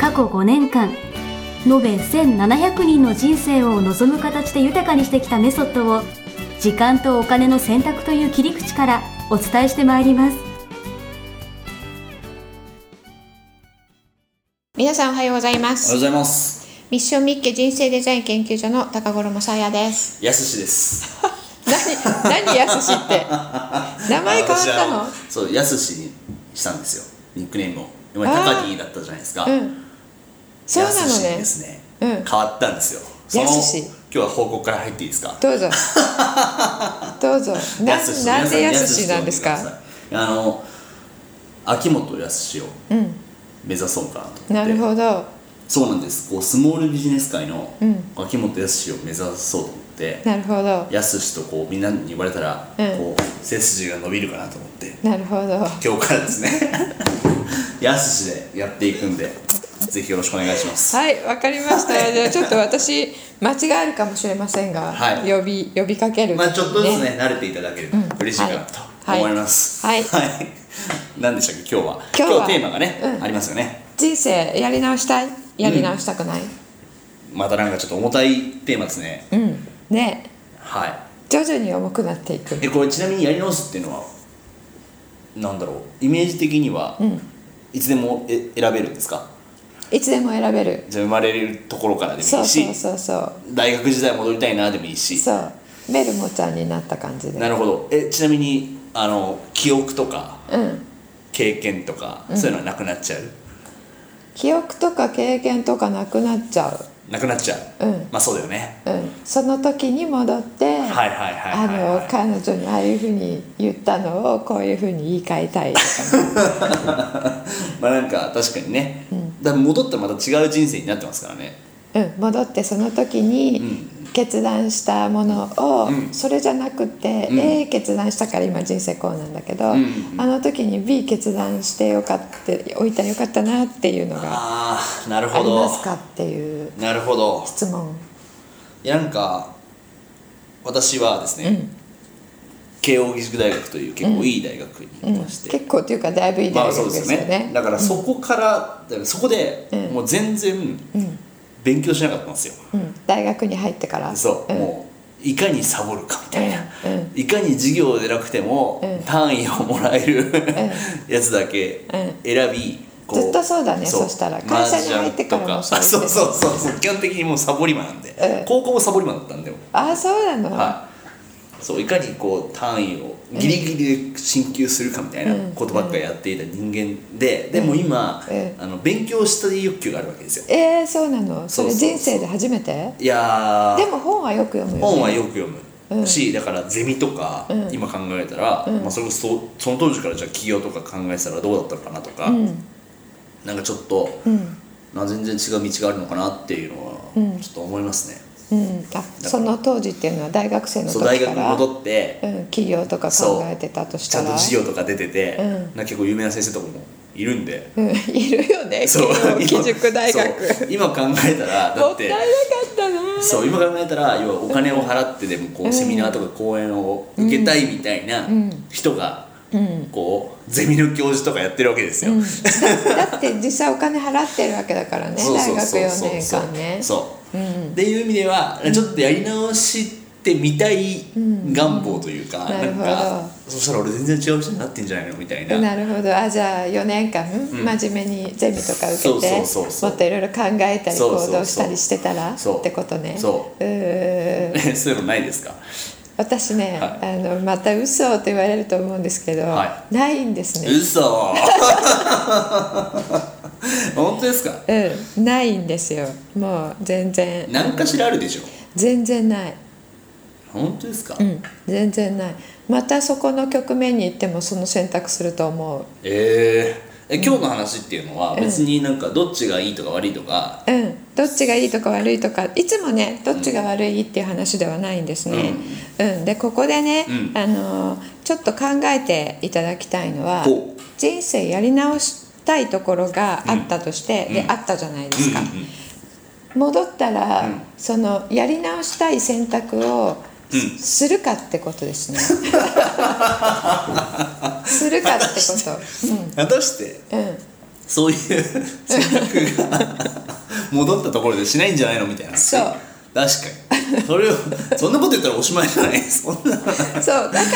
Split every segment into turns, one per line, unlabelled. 過去5年間延べ1700人の人生を望む形で豊かにしてきたメソッドを時間とお金の選択という切り口からお伝えしてまいります
皆さんおはようございま
おはよう
す。
ございます。
ミッションミッケ人生デザイン研究所の高頃もさやです。
やすしです。
何、何やすしって。名前変わった
あ
の
私あそう、やすしにしたんですよ。ニックネームを。今、タカディだったじゃないですか。
うん。そうな
やす
の
し
ね
で。すね。
うん
変わったんですよ。
やすし
その今日は報告から入っていいですか。
どうぞ。どうぞ。な
やすし
なんでや
皆さ
すしなんです
やす
か
しと呼んでくださいあの、秋元やすしを
うん。
目指そうかなと思って。
なるほど。
そうなんです。こう、スモールビジネス界の
うん
秋元やすしを目指そうと思って、
なるほど。
やすしとこう、みんなに言われたら、
うん
こう、背筋が伸びるかなと思って。
なるほど。
今日からですねやすしでやっていくんでぜひよろしくお願いします
はい、わかりました。じゃあちょっと私、間違えるかもしれませんが、
はい
呼び、呼びかける。
まあちょっとずつね。慣れていただければ嬉しいかなと
はい
思います
はい
はい何でしたっけ今日は
今日は
テーマがね、ありますよね
人生やり直したいやり直したくない、
またなんかちょっと重たいテーマですね
うん、ね
はい
徐々に重くなっていく
えこれちなみにやり直すっていうのはなんだろうイメージ的には、いつでもえ選べるんですか
いつでも選べる
じゃあ生まれるところからでもいいし
そうそうそうそう
大学時代戻りたいなでもいいし
そうメルモちゃんになった感じで
なるほどえちなみにあの記憶とか
うん
経験とか、そういうのはなくなっちゃう
記憶とか経験とかなくなっちゃう
なくなっちゃう、
うん
まあそうだよね
うん、その時に戻って、
はいはいはいはいはい
あの彼女にああいうふうに言ったのをこういうふうに言い換えたい
まあなんか確かにね、だから戻ったらまた違う人生になってますからね
うん、戻ってその時に決断したものを、
うん
それじゃなくて、
ん
A 決断したから今人生こうなんだけど、
んうん
あの時に B 決断してよかった置いたらよかったなっていうのが
ああなる
あ
ほ
り
ど
ますかっていう
なるほど
質問
いやなんか私はですね、慶應義塾大学という結構いい大学に行ってまして、
結構っていうかだいぶいい
ま
大
あそう
学
で
ですす
よ
よ
ね
ね。
だからそこから、だからそこで
うん
もう全然
ん
勉強しなかったんですよ、
うん、大学に入ってから
そう、
ん
もういかにサボるかみたいな、
うんうん
いかに授業でなくても、
うん
単位をもらえる、やつだけ
うん
選び、こ
ずっとそうだねそしたら会社に入ってからも
マージ
そう
ャン
で
と
す
そ
ね
うそうそうそう基本的にもうサボり魔なんで、
うん
高校もサボり魔だったんで、
ああそうなの、
はいそういかにこう単位をギリギリで進級するかみたいなことばっかりやっていた人間で、でも今、
うん
あの勉強したい欲求があるわけですよ
えー、そうなのそ
そうそう
れ人
そう
生で初めて
いやー
でも本はよく読むよ、ね、
本はよく読む、
うん
しだからゼミとか、
うん
今考えたら、
ん
まあ、それこそそうその当時からじゃあ起業とか考えてたらどうだったのかなとか、
うん
なんかちょっと、
うん
な全然違う道があるのかなっていうのは
うん
ちょっと思いますね、
うん、あその当時っていうのは大学生の
そう大
時
学
か
に
ら
戻って、
うん、企業とか考えてたとし
ちゃ
た
んと
ら
授業とか出てて、
うん
なんか結構有名な先生とかもいるんで、
うん、いるよね
そう
慶應
今
義塾大学
そう今考えたらだ
も
っ
ったい
て
なかったな
そう今考えたら要はお金を払ってでもこう、セミナーとか講演を受けたいみたいな人が、こうゼミの教授とかやってるわけですよ、
だだって実際お金払ってるわけだからね
そうそうそう
大
そう
学4年間ね
そう、っていう意味ではちょっとやり直してみたい願望というか、
なるほど
なんかそしたら俺全然違う人になってんじゃないのみたいな、
なるほどあじゃあ4年間、真面目にゼミとか
そ
受けて
うそうそうそう
もっといろいろ考えたり
そうそうそう
行動したりしてたら
そう
ってことね
そう
ーん
そういうのないですか
私ね、あのまた嘘と言われると思うんですけど、
は
ないんですね、
嘘 本当ですか
うん、ないんですよもう全然
何かしらあるでしょ
全然ない、
本当ですか、
うん、全然ないまたそこの局面に行ってもその選択すると思う
えーえ今日の話っていうのは別になんかどっちがいいとか悪いとか、
うん、どっちがいいとか悪いとかいつもねどっちが悪いっていう話ではないんですね。うんでここでね、
うん
あのーちょっと考えていただきたいのは
ほう
人生やり直したいところがあったとして、であったじゃないですか。戻ったら、
ん
そのやり直したい選択をす,、
うん
るかってこと ですね。するかってこと。うん
果たして
うん
そういう選択が 戻ったところでしないんじゃないのみたいな
そう
確かにそれをそんなこと言ったらおしまいじゃないそん
そう
な
だか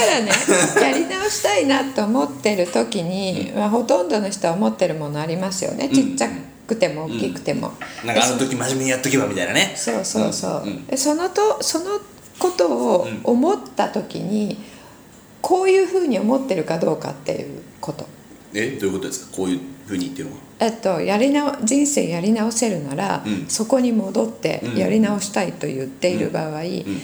ら ねやり直したいなと思ってる時に、まあ、ほとんどの人は思ってるものありますよねちっちゃくても大きくても。
なんかあの時真面目にやっとけばみたいなね
そうそうそう、
うんうん
でそのとそのことを
うん
思った時に、こういうふうに思ってるかどうかっていうこと。
えどういうことですかこういうふうに言ってるのは
えっと、やり直人生やり直せるなら、
うん
そこに戻って
うん
やり直したいと言っている場合、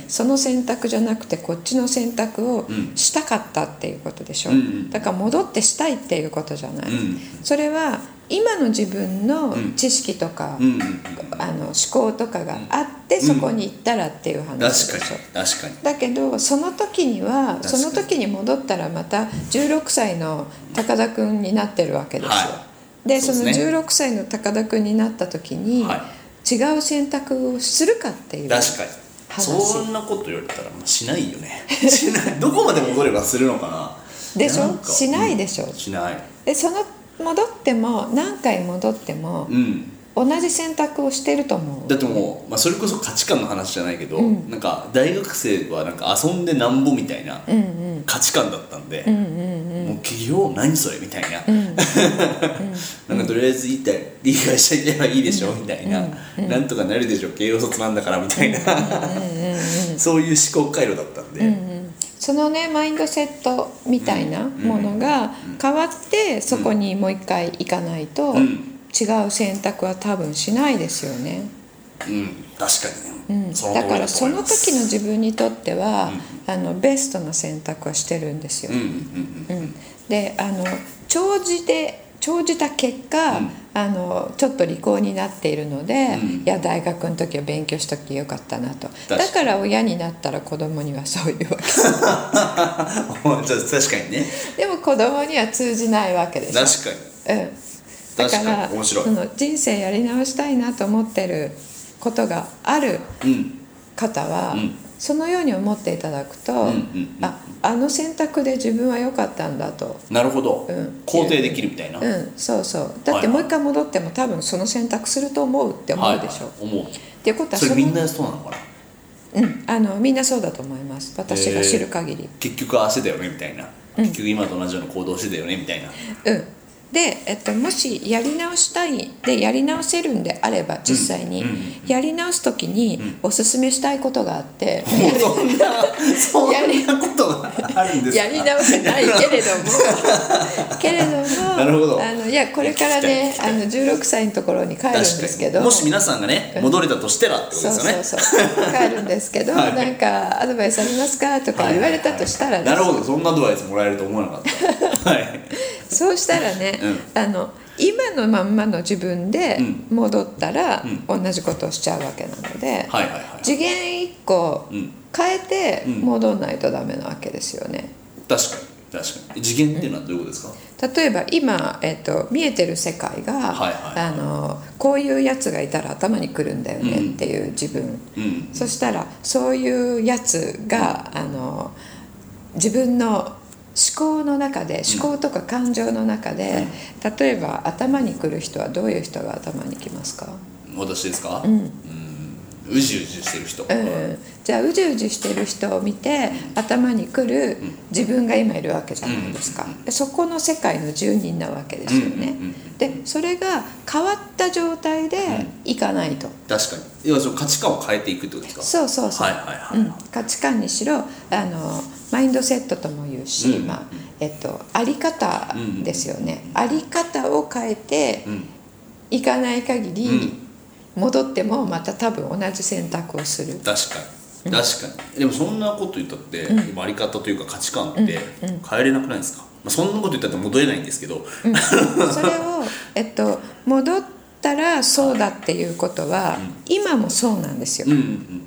その選択じゃなくてこっちの選択を
ん
したかったっていうことでしょ、
うんうん
だから戻ってしたいっていうことじゃない、
うん
それは今の自分の
ん
知識とか、
うんうんうん
あの思考とかがあってそこに行ったらっていう話でし
確
ょ、
かに確かに
だけどその時には
確か
そ
に
の時に戻ったらまた16歳の高田君になってるわけですよ。
は
で
そ
そう
ですね
の16歳の高田君になった時に、
は
違う選択をするかっていう
確かに
話
そんなこと言われたらまあしないよねしないどこまで戻ればするのかな
でしょ
なんか
しないでしょ
うんしない
でその戻っても何回戻っても
うん
同じ選択をしてると思う
だってもう、まあ、それこそ価値観の話じゃないけど、なんか大学生はなんか遊んでなんぼみたいな価値観だったんで、もう企業何それみたい な、なんかとりあえずいいって理解していけばいいでしょみたいな、なんとかなるでしょ慶応卒なんだからみたいな、そういう思考回路だったんで、
そのねマインドセットみたいなものが変わってそこにもう一回行かないと
ん
違う選択は多分しないですよね。
うん確かにね、
うん
その通
だ
り
から
と
そ
思い
の
ます
時の自分にとっては、あのベストな選択はしてるんですよ。
うんうんうん
であの長じて長じた結果、あのちょっと利口になっているので、いや大学の時は勉強しときよかったなと
かに
だから親になったら子供にはそういうわ け
じゃあ 確かにね
でも子供には通じないわけで
確
すよ、
かに
うん、だ
確
から
かに面白い
その人生やり直したいなと思ってることがある
うん
方は、
ん
そのように思っていただくと、
んうん
ああの選択で自分は良かったんだと、
なるほど、
ん
肯定できるみたいな、
うん、そうそうだっ
はい
て
はい
もう一回戻っても多分その選択すると思うって思うでしょ、
はい、思う
っていうことは
それ
の
みんなそうなのかな
うん、あのみんなそうだと思います私が知る限り。
結局ああしてたよねみたいな、結局今と同じような行動してたよねみた いな
うんでえっと、もしやり直したいでやり直せるんであれば実際に、
うんうん
やり直す時におすすめしたいことがあって、
そんなそ
やり
んなことがあるんですか
やり直せないけれども けれども
なるほど
あのいやこれからねあの16歳のところに帰るんですけ
確か
ど
にもし皆さんがね戻れたとしたらってこと
そ
で
う
すよね
そうそう帰るんですけど、
はい
なんかアドバイスありますかとか
はい
言われたとしたらね、
なるほどそんなアドバイスもらえると思わなか ったはい
そうしたらね、あの今のまんまの自分で
う
戻ったら、同じことをしちゃうわけなので、
はいはいはい
次元一個
ん
変えて戻んないとダメなわけですよね。
確かに確かに次元っていうのはどういうことですか、
例えば今、えっと見えてる世界が、
はいはい
あのこういうやつがいたら頭にくるんだよねっていう自分、
うん
そしたらそういうやつが、あの自分の思考の中で思考とか感情の中で、例えば頭にくる人はどういう人が頭にきますか、
私ですかうんうじうじしてる人、
うん、じゃあうじうじしてる人を見て頭にくる自分が今いるわけじゃないですか、でそこの世界の住人なわけですよね、
うんうん
でそれが変わった状態でいかないと、
確かに要はその価値観を変えていくってことですか
そうそうそう、
はいはいはい、
うん、価値観にしろあのマインドセットとも言うし、
うん
まあえっと、あり方ですよね、あり方を変えて
ん
いかない限り、
ん
戻ってもまた多分同じ選択をする。
確かに確かに、でもそんなこと言ったって、でもあり方というか価値観って変えれなくないですか、あ、そんなこと言ったら戻れないんですけど、
それを、えっと、戻ったらそうだっていうことは、今もそうなんですよ、
うんうんうん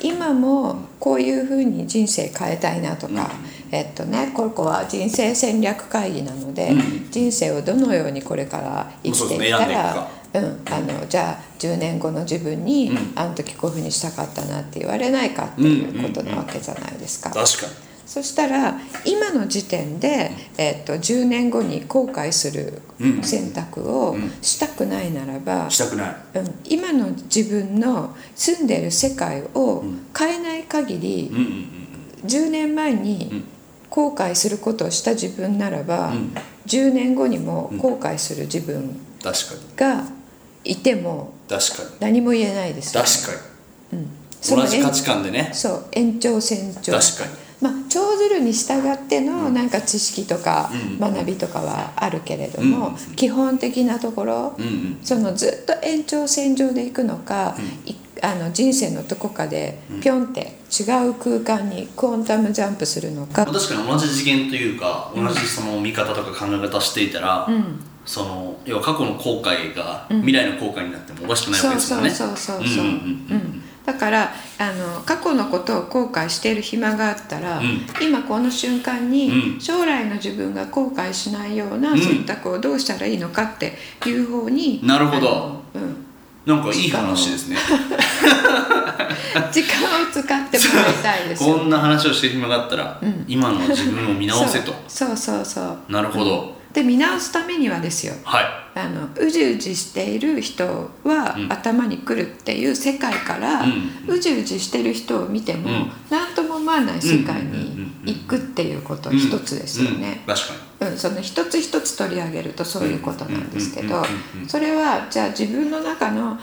今もこういうふうに人生変えたいなとか、えっとねコルコは人生戦略会議なので、
うん
人生をどのようにこれから生きていった、
そうですね選んでいくか
う
ら
ん、あのじゃあ10年後の自分に、
うん
あの時こういうふうにしたかったなって言われないかっていうことなわけじゃないですか。
うん、確かに
そしたら今の時点で、えっと10年後に後悔する
うん
選択をしたくないならば、
したくない
うん、今の自分の住んでる世界を変えない限り、
うんうんうん
10年前に後悔することをした自分ならば、
ん
10年後にも後悔する自分
確かに
がいても
確かに
何も言えないですよね
確か
そ
に
の
同じ価値観でね
そう延長線上
確かに
まあ、長ずるに従ってのなんか知識とか学びとかはあるけれども、基本的なところ、
うんうん
そのずっと延長線上で行くのか、いあの人生のどこかでピョンって違う空間にクォンタムジャンプするのか、
確かに同じ次元というか同じその見方とか考え方していたら、その要は過去の後悔が未来の後悔になってもおかしくないわ
そう
けです
そ
もん
う
ね
そうそう
うん
そううんうんだからあの過去のことを後悔している暇があったら、
ん
今この瞬間
う
に
ん
将来の自分が後悔しないようなん選択をどうしたらいいのかっていう方に
なるほど
あのうん、
うんなんかいい話で すね
時間を使ってもらいたいです
こ
よ
んな話をしてる暇があったら、今の自分を見直せと
そうそうそうそう
なるほど、
で見直すためにはですよ
は
あのうじうじしている人は、頭に来るっていう世界から、
う
うじうじしてる人を見ても、
うん
何とも思わない世界に
うん
行くっていうこと
い
一つですよね。
うん確かに
うん、その一つ一つ取り上げるとそういうことなんですけ
うんうん
ど
うんうんうん
それはじゃあ自分の中のなん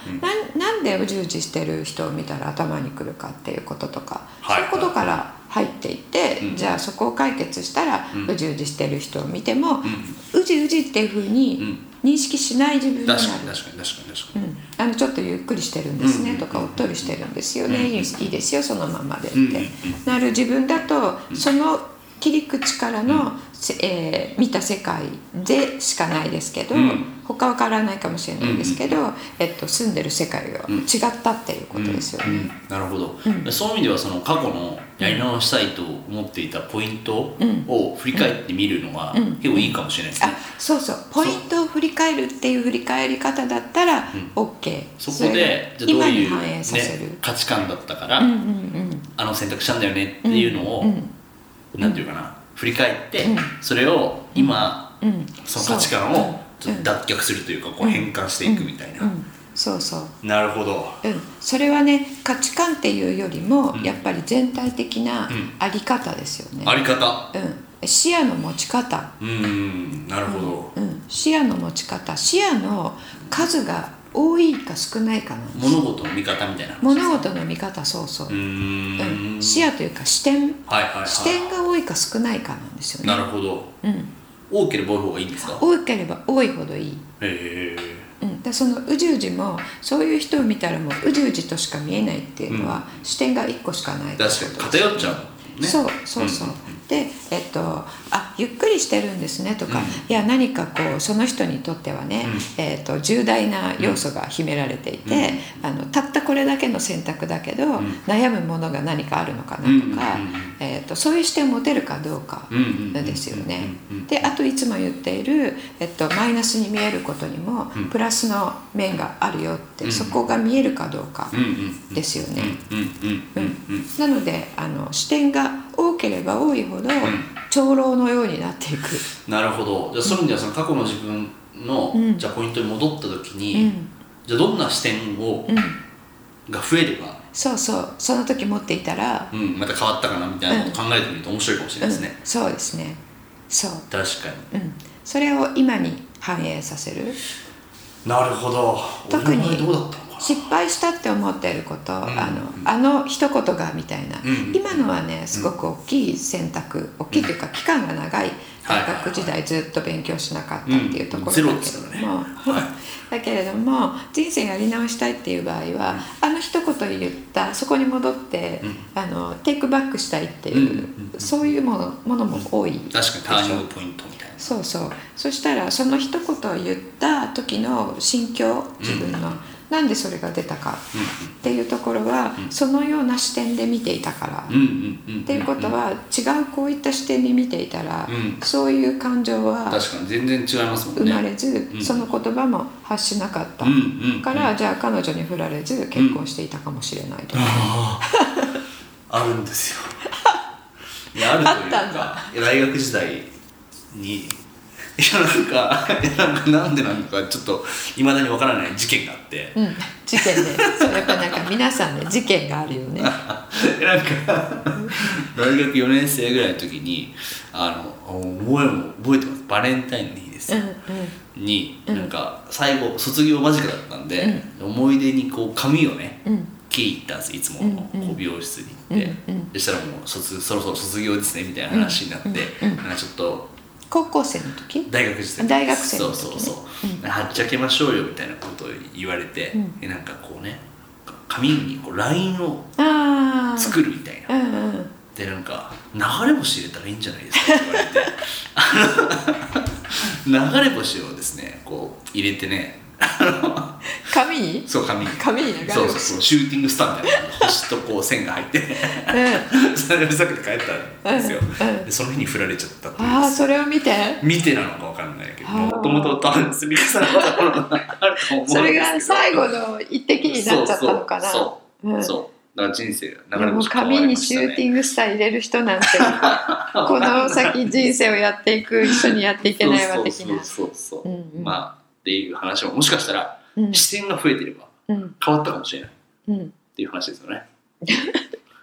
なんでうじうじしてる人を見たら頭にくるかっていうこととか
は
そ
いう
いうことから入っていって
うん
じゃあそこを解決したら
ん
うじうじしてる人を見てもうじうじっていうふうに認識しない自分になる
確かに確かに確かに確か
う
に、
んあのちょっとゆっくりしてるんですね
うん
とかおっとりしてるんですよね、いいいいですよそのままでって、
うんうんうん
なる自分だとその切り口からの、せえー見た世界でしかないですけど、
うん
他わからないかもしれないですけど、えっと、住んでる世界が違ったっていうことですよね。
うんなるほど、そういう意味ではその過去のやり直したいと思っていたポイントを振り返ってみるのが結構いいかもしれないですね
あ、そうそうポイントを振り返るっていう振り返り方だったら OK、
そこ
そ
でじゃ
れ
あど
が
う
今に
いう、
反映
ね
させる、、
価値観だったから、
うんうんうん
あの選択したんだよねっていうのを、なんていうかな振り返って、それを今、
うん、
その価値観
そう
をちょっと脱却するというかこう変換していくみたい
う
な、
ん、そうそう
なるほど
うん、それはね価値観っていうよりも、やっぱり全体的なあり方ですよね、
あり方
うん、視野の持ち方、
うんなるほど、
うん、視野の持ち方視野の数が多いか少ないかなんです
物事の見方みたいな
物事の見方そうそう
う、
うん
ーん
視野というか視点
はいはいはい
視点が多いか少ないかなんですよね
なるほど、
ん
多ければ多い方がいいんですか
多ければ多いほどいい
へえ
うん、でそのうじうじもそういう人を見たらもううじうじとしか見えないっていうのは、視点が1個しかないってことです
確かに偏っちゃうもんね
そうそうそう、でえっとあゆっくりしてるんですねとか、いや何かこうその人にとってはね、えっと重大な要素が秘められていて、あのたったこれだけの選択だけど、悩むものが何かあるのかなとか、
うんうんうんうん
えっとそういう視点を持てるかどうか
うんうんうんうん
ですよね。であといつも言っている、えっと、マイナスに見えることにもプラスの面があるよって、そこが見えるかどうか
うんうん
ですよね。
うんうんうんうん
なのであの視点が多ければ多いほど、長老のようになっていく。
なるほどじゃあそういう意味ではその過去の自分の、じゃあポイントに戻った時に、じゃあどんな視点を、が増えれば、
そうそうその時持っていたら、
うん、また変わったかなみたいなことを考えてみると面白いかもしれ
う
なんいですね、
そうですねそう、
確か
うん、それを今に反映させる
になるほど
特に
俺の場合どうだったのか
失敗したって思ってること、あのあの一言がみたいな、
ん
今のはねすごく大きい選択、大きいというか期間が長い
はい
大学時代ずっと勉強しなかったっていうところだけれ
うんゼロ
ど
ですからね
も、だけれども人生やり直したいっていう場合は、あのの一言言ったそこに戻って、あのテイクバックしたいっていう、そういうものものも多いでし
確
ょ
かにターニングポイントみたいな
そうそうそしたらその一言を言った時の心境自分の、なんでそれが出たかっていうところは、そのような視点で見ていたから、
うんうんうん
っていうことは違うこういった視点で見ていたら、
うん
そういう感情は
確かに全然違いますもん
生
ね
まれず、
うん
その言葉も発しなかった、
うんうんうん
からじゃあ彼女に振られず結婚していたかもしれないとか、
あああるんです よいやあるという
あったんだ
かいや大学時代にいやなんかいやなんかなんでなのかちょっといまだにわからない事件があって、
うん、事件で、そうやっぱなんか皆さんね事件があるよね。
えなんか大学4年生ぐらいの時にあの覚えも覚えてますバレンタインの日です
う
よ
んうん
になんか最後卒業間近だったんで、思い出にこう髪をね、
うん
切りに行ったんですいつものこう美容室に行って、
うんう
そしたらもう卒そろそろ卒業ですねみたいな話になって、なんかちょっと
高校生の時
大学時代
大学生の時ね
そうそうそう、はっちゃけましょうよみたいなことを言われて、でなんかこうね髪にこうラインを
ああ
作るみたいな、
うんうん
でなんか流れ星入れたらいいんじゃないですかって言われてあの流れ星をですねこう入れてねあ
髪に
のそう紙に
紙に流れ星
そうそうそうシューティングスターみたいなの星とこう線が入って それをふざけて帰ったんですよ、
うんうん
でその日に振られちゃったっていう
ああそれを見て
見てなのかわかんないけど
あー
もともと多分積み重なったものがあると思うんですけど
それが最後の一滴になっちゃったのかな
そうそう,、
うん
そうだから人生が
い
流
やも
れ
う
星変わ
紙
りま
に
し
シ
たね
ューティングスター入れる人 なんてこの先人生をやっていく一緒にやっていけないわ的な
そうそうそうそう、
うんうん
まあっていう話ももしかしたら
うん
視点が増えてれば
うん
変わったかもしれないっ
うん
ていう話ですよね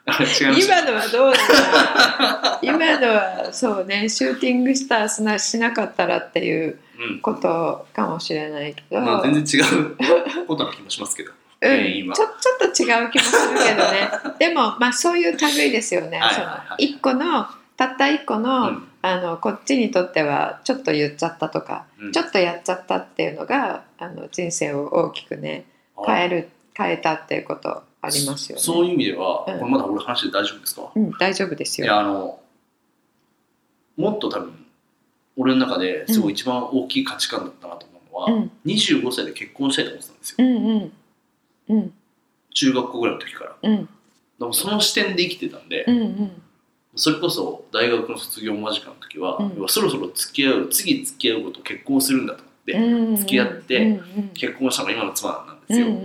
あれ違いました
今のはどうだろう今のはそうねシューティングスターすなしなかったらっていう
うん
ことかもしれないけど、
まあ、全然違うことな気もしますけど、
うん、
今
ちょちょっと違う気もするけどねでもまあそういう類ですよね
はい
そ
はい
の
はい
一個のたった一個の,、
うん
あのこっちにとってはちょっと言っちゃったとか、
うん
ちょっとやっちゃったっていうのがあの人生を大きくね変える変えたっていうことありますよね。
そういう意味では、
うん
これまだ俺話して大丈夫ですか、
うん、大丈夫です
い
よ。
やあのもっと多分俺の中ですごい一番大きい価値観だったなと思うのは、
うん
25歳で結婚したいと思ってたんですよ
うんうんうん
中学校ぐらいの時から
うん
でもその視点で生きてたんで、
うんうん
それこそ大学の卒業間近の時は、
うん
要はそろそろ付き合う次付き合うこと結婚するんだと思って、
うん
付き合って
うんうん
結婚したのが今の妻なん
う
です
ん
よ、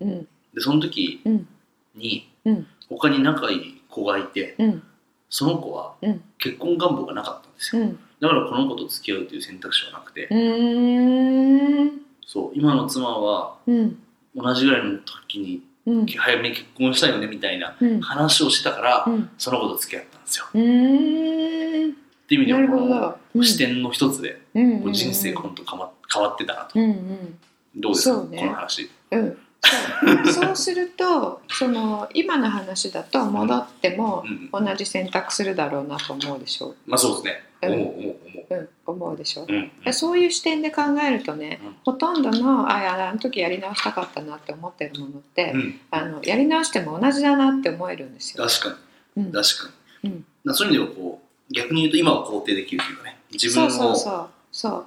うんうん
でその時
うん
に、
うん
他に仲いい子がいて
うん
その子は
うん
結婚願望がなかったんですよ、
うん
だからこの子と付き合うという選択肢はなくて、
うーん
そう今の妻は
うん
同じぐらいの時に
うん
早めに結婚したいよねみたいな
うん
話をしてたから、
うん
その子と付き合ったんですよ。
うーん
っていう意味で
な
は
る
こ
ほ
の
ど。うん
視点の一つで、
うんうん
こ
う
うん人生が本当変わ変わってたなと。
うんうん
どうですか、
そうね
この話。
うん。そうそうするとその今の話だと戻っても
うん
同じ選択するだろうなと思うでしょ
まあそうですね。
う
思
ん
う思う思う。
う、うん、思うでしょ
うんうん
うそういう視点で考えるとね
うん
ほとんどのあいやあの時やり直したかったなって思ってるものって
うん
あのやり直しても同じだなって思えるんですよ。
確か
うん
に確かに。
うん
なそういう意味ではこう逆に言うと今を肯定できるというかね自分
そ
を
うそうそうそう、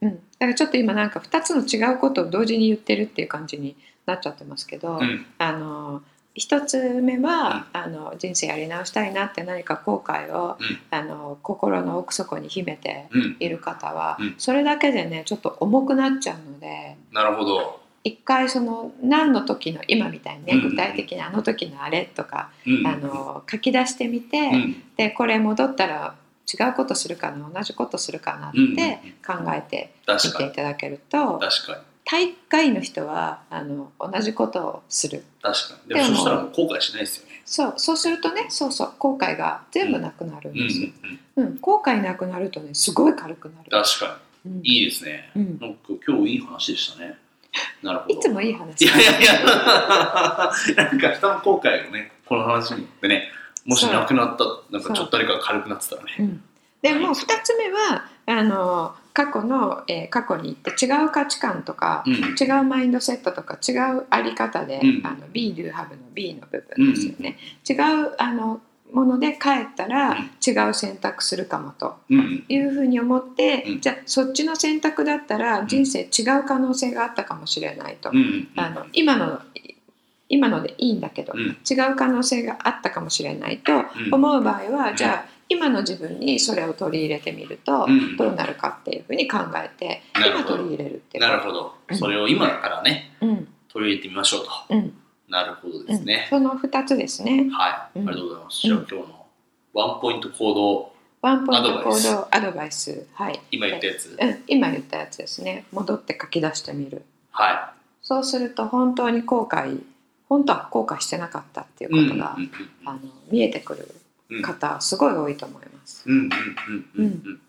うん、だからちょっと今なんか2つの違うことを同時に言ってるっていう感じになっちゃってますけど、
うん
あの1つ目は、あの人生やり直したいなって何か後悔を、
うん
あの心の奥底に秘めて
うん、
いる方は、
うん
それだけでねちょっと重くなっちゃうので。
なるほど、
一回その何の時の今みたいにね
うん
具体的にあの時のあれとか、
うん、
あの書き出してみて、
うん
でこれ戻ったら違うことするかな同じことするかなっ
うんうん
て考えて見
確か
て
に
いただけると
確かに
大概の人はあの同じことをする
確かにでも
でも
そしたらもう後悔しないですよね
そうそうするとねそうそう後悔が全部なくなるん
うん
ですよ、
うんうん
うん後悔なくなるとねすごい軽くなる、
確か
うん
にいいですね
うん
なんか今日いい話でしたねなるほど
いつもいい話
いやいやいや なんか人の後悔をねこの話によってねもしなくなったなんかちょっと誰かが軽くなってたらね
うんでもう2つ目はあの過去の、えー過去に行って違う価値観とか、
うん
違うマインドセットとか違うあり方で、
うん
あの B do have の B の部分ですよね、違うあのもので帰った
う
ら
ん
違う選択するかもと
うん
いうふうに思って、
うん
じゃあそっちの選択だったら
ん
人生違う可能性があったかもしれないと、
うんうん
あの今の今のでいいんだけど、
うん
違う可能性があったかもしれないと
うん
思う場合は、
ん
じゃあ今の自分にそれを取り入れてみると、
うん
どうなるかっていうふうに考えて
なる
今
ほど
取り入れるっていう
なるほど
うん
それを今からね
うん
取り入れてみましょうと
うん
なるほど
う
です
ん
ね、
その2つですね
はいありがとうございます、じゃあ今日のワンポイント行動
ワンポイント
アド
行
バイス
動アドバイスはい
今言ったやつ
うん、今言ったやつですね戻って書き出してみる
は
そうすると本当に後悔本当は後悔してなかったってい
いうん
うことが、あの見えてくる
うん
方すごい多いと思います。
うんうんうんうんうん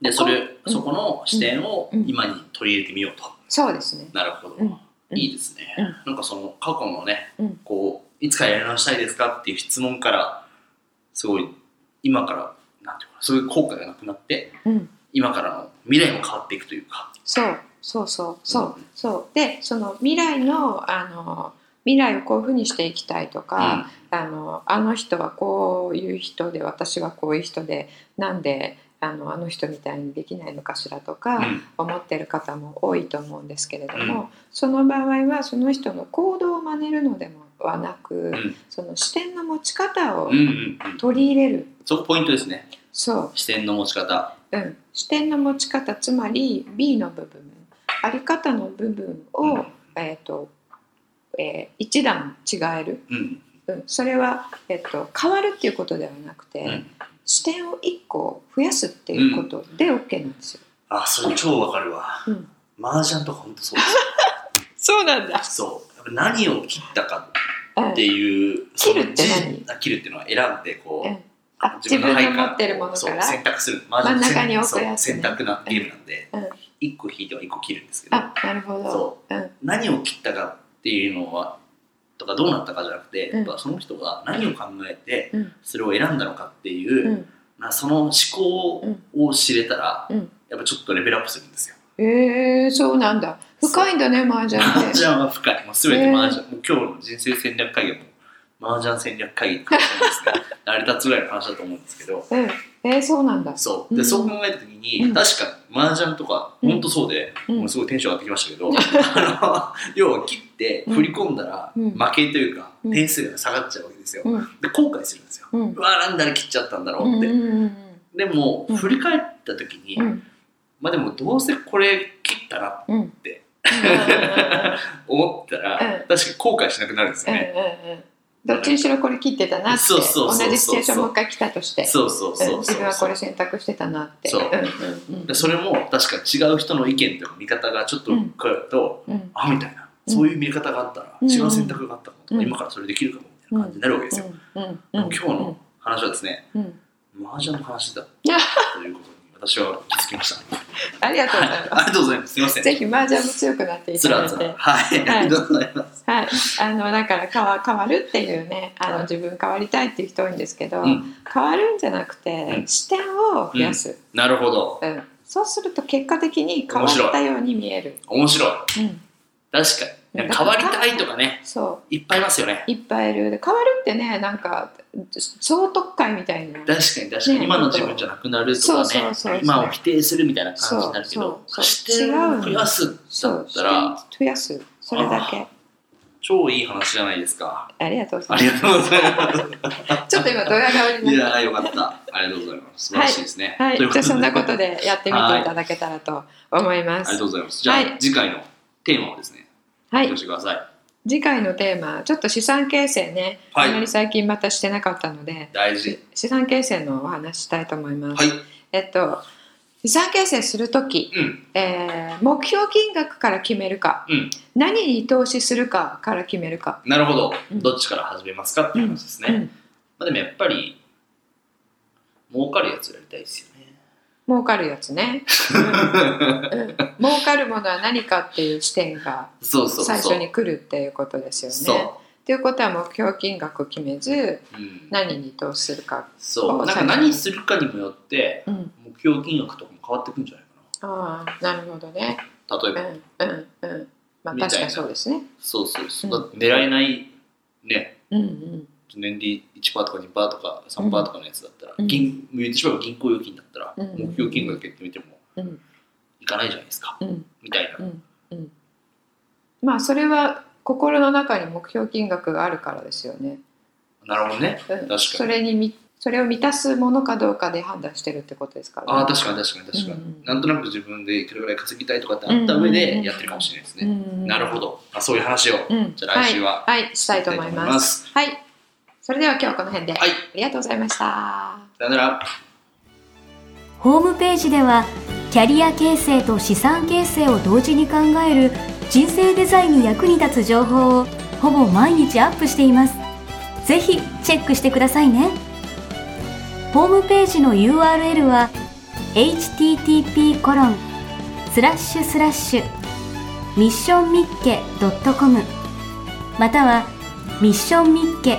でそれ
ここ
そこの視点を
うん
今に取り入れてみようと
そうですね。
なるほど、
うんうん
いいですね、
うん
なんかその過去のね、
うん
こういつからやり直したいですかっていう質問からすごい今からなんていうかなそういう後悔がなくなって
うん、
今からの未来も変わっていくというか
そうそうそうそう、
うん
そうでその未来のあの未来をこういうふうにしていきたいとか、あのあの人はこういう人で私はこういう人でなんであのあの人みたいにできないのかしらとか、
うん
思ってる方も多いと思うんですけれども、その場合はその人の行動を真似るのでもはなく、
ん
その視点の持ち方を
うんうんうん
取り入れる、
そこポイントですね
そ
視点の持ち方
う、うん、視点の持ち方つまり B の部分あり方の部分を、
うん
えーとえー一段違える、
うん
うん、それは、えー、と変わるっていうことではなくて、
うん
視点を一個増やすっていうことで OK なんですよ。
あそれ超わかるわ
うん、
麻雀とか本当そうです
そうなんだ、
そうやっぱ何を切ったか
うん
っていう
切るって何
その字あ切るっていうのは選んでこう、
うんあ自分の持ってるもの
そ
か
う
ら
選択する麻
真ん
雀
中に
選
置くやつね
そう選択なゲームなんで、
うん
一1個引いては1個切るんですけど
あなるほど、
そう
ん、
何を切ったかっていうのはとかどうなったかじゃなくて、
うん
やっぱその人が何を考えて
うん
それを選んだのかっていう、
うん
なその思考を知れたら、
うん
やっぱちょっとレベルアップするんですよ。
えー、そうなんだ深いんだね麻雀
麻
って
雀は深い。もう全て麻雀、もう今日の人生戦略会議はもう麻雀戦略会議って感じですね。 成り立つぐらいの話だと思うんですけど。
うんえー、そうなんだ
そうで、
うん
そう考えた時に、
うん
確かに麻雀とか
うん
本当そうで、
うん
もうすごいテンション上がってきましたけど、 あの要は切って
うん
振り込んだら
うん
負けというか、
うん
点数が下がっちゃうわけですよ、
うん
で後悔するんですよ、
う
うんわーなんであれ切っちゃったんだろうって、
うんうん
でも、
うん
振り返った時に、
うんうん
まあでもどうせこれ切ったな
うんうんうん
て
う
思ったら、
うん
確かに後悔しなくなるんですよ
ん
ね、
うんどっちにしろこれ切ってたなって
そうそうそうそう
同じシチュエーションもう一回来たとして
そうそうそううんそ
自
う
分はこれ選択してたなって
そうん
うんうん
でそれも確か違う人の意見とか見方がちょっと変わると、
うん
あみたいな、
うん
そういう見え方があったら、
うん
違う選択があったかもとか、
うん
今からそれできるかもみたいな感じになるわけですよ、
うんうん
でも今日の話はですね
うんうん
麻雀の話だ
いや
ということに私は気づきました、
ありがとうござ
はいい、
ま
ありがとうございますすいませ
す
ん
ぜひ麻雀も強くなってい
つ
ただ
ら
い
つ
て
らはい、
はい
ありがとうございます
はい、あのだから変わ変わるっていうねあの、
はい
自分変わりたいっていう人多いんですけど、
うん
変わるんじゃなくて、
うん
視点を増やす、
なるほど
うんそうすると結果的に変わったように見える、
面白い
うん、
確かになんか変わりたいとかね
そ
いっぱいいますよね
ういっぱいいるで変わるってねなんか総特会みたいな
確かに確かに、
ね
今の自分じゃなくなるとか
そう
ね
そうそうそう
今を否定するみたいな感じになるけど
そうそうそう
視点を増やすだ
そう
っ
視
た
点
ら
増やすそれだけ
超いい話じゃないですか
ありがとうござ
あ
い
り
ま
がとうございます
すちょっと今ドヤ顔に
い
なっ
やーよかった。ありがとうございます。素晴らしいですね。
たはいじ
とい
ゃ
うこと
あ
で
そんなこと
あ
でやってみていただけたらと思いま
りが
す
とうございます。じゃあ、
はい
次回のテーマをですね、
はい
発表してください。
次回のテーマちょっと資産形成ね、
はい
あまり最近またしてなかったので
大
し
事。
資産形成のお話したいと思います、
はい。
えっと資産形成する時、
うん。
えー目標金額から決めるか
うん。
何に投資するかから決めるか、
なるほど。
うん
どっちから始めますかっていう話ですね。
うん
まあ、でもやっぱり、儲かるやつをやりたいですよね。
儲かるやつ ね、うんうん儲かるものは何かっていう視点が
そうそうそ
最
う。
初に来るっていうことですよね
そう。
っていうことは目標金額を決めず
うん
何に投資するか、
そうなんか何するかにもよって
うん、
目標金額とかも変わってくんじゃない
ああなるほどね
かな例え
う
ば、
んうんうんまあ
みたいな
確かにそうですね
そうそうそううんだって狙えないね
うんうん
年利1%とか2%とか3%とかのやつだったら、
うん
銀言ってしまえば銀行預金だったら、
うん
目標金額決めても
うん
いかないじゃないですか、
うん
みたいな、
うんうんまあそれは心の中に目標金額があるからですよね、
なるほどね
うん、
かに
それにみそれを満たすものかどうかで判断してるってことですから
ああ確かに確かに確かに、
うん
なんとなく自分でいくらぐらい稼ぎたいとかってあった上
うんうんうん
でやってるかもしれないですね、
うん
なるほどあそういう話を、
うん
じゃあ来週は、
はい、はいしたいと思い
したいと
ま
思いますす
はいそれでは今日はこの辺で、
はい
ありがとうございました
さよなら
ホームページではキャリア形成と資産形成を同時に考える人生デザインに役に立つ情報をほぼ毎日アップしています。ぜひチェックしてくださいね。ホームページの URL は http コロンスラッシュスラッシュミッションミッケ .com またはミッションミッケ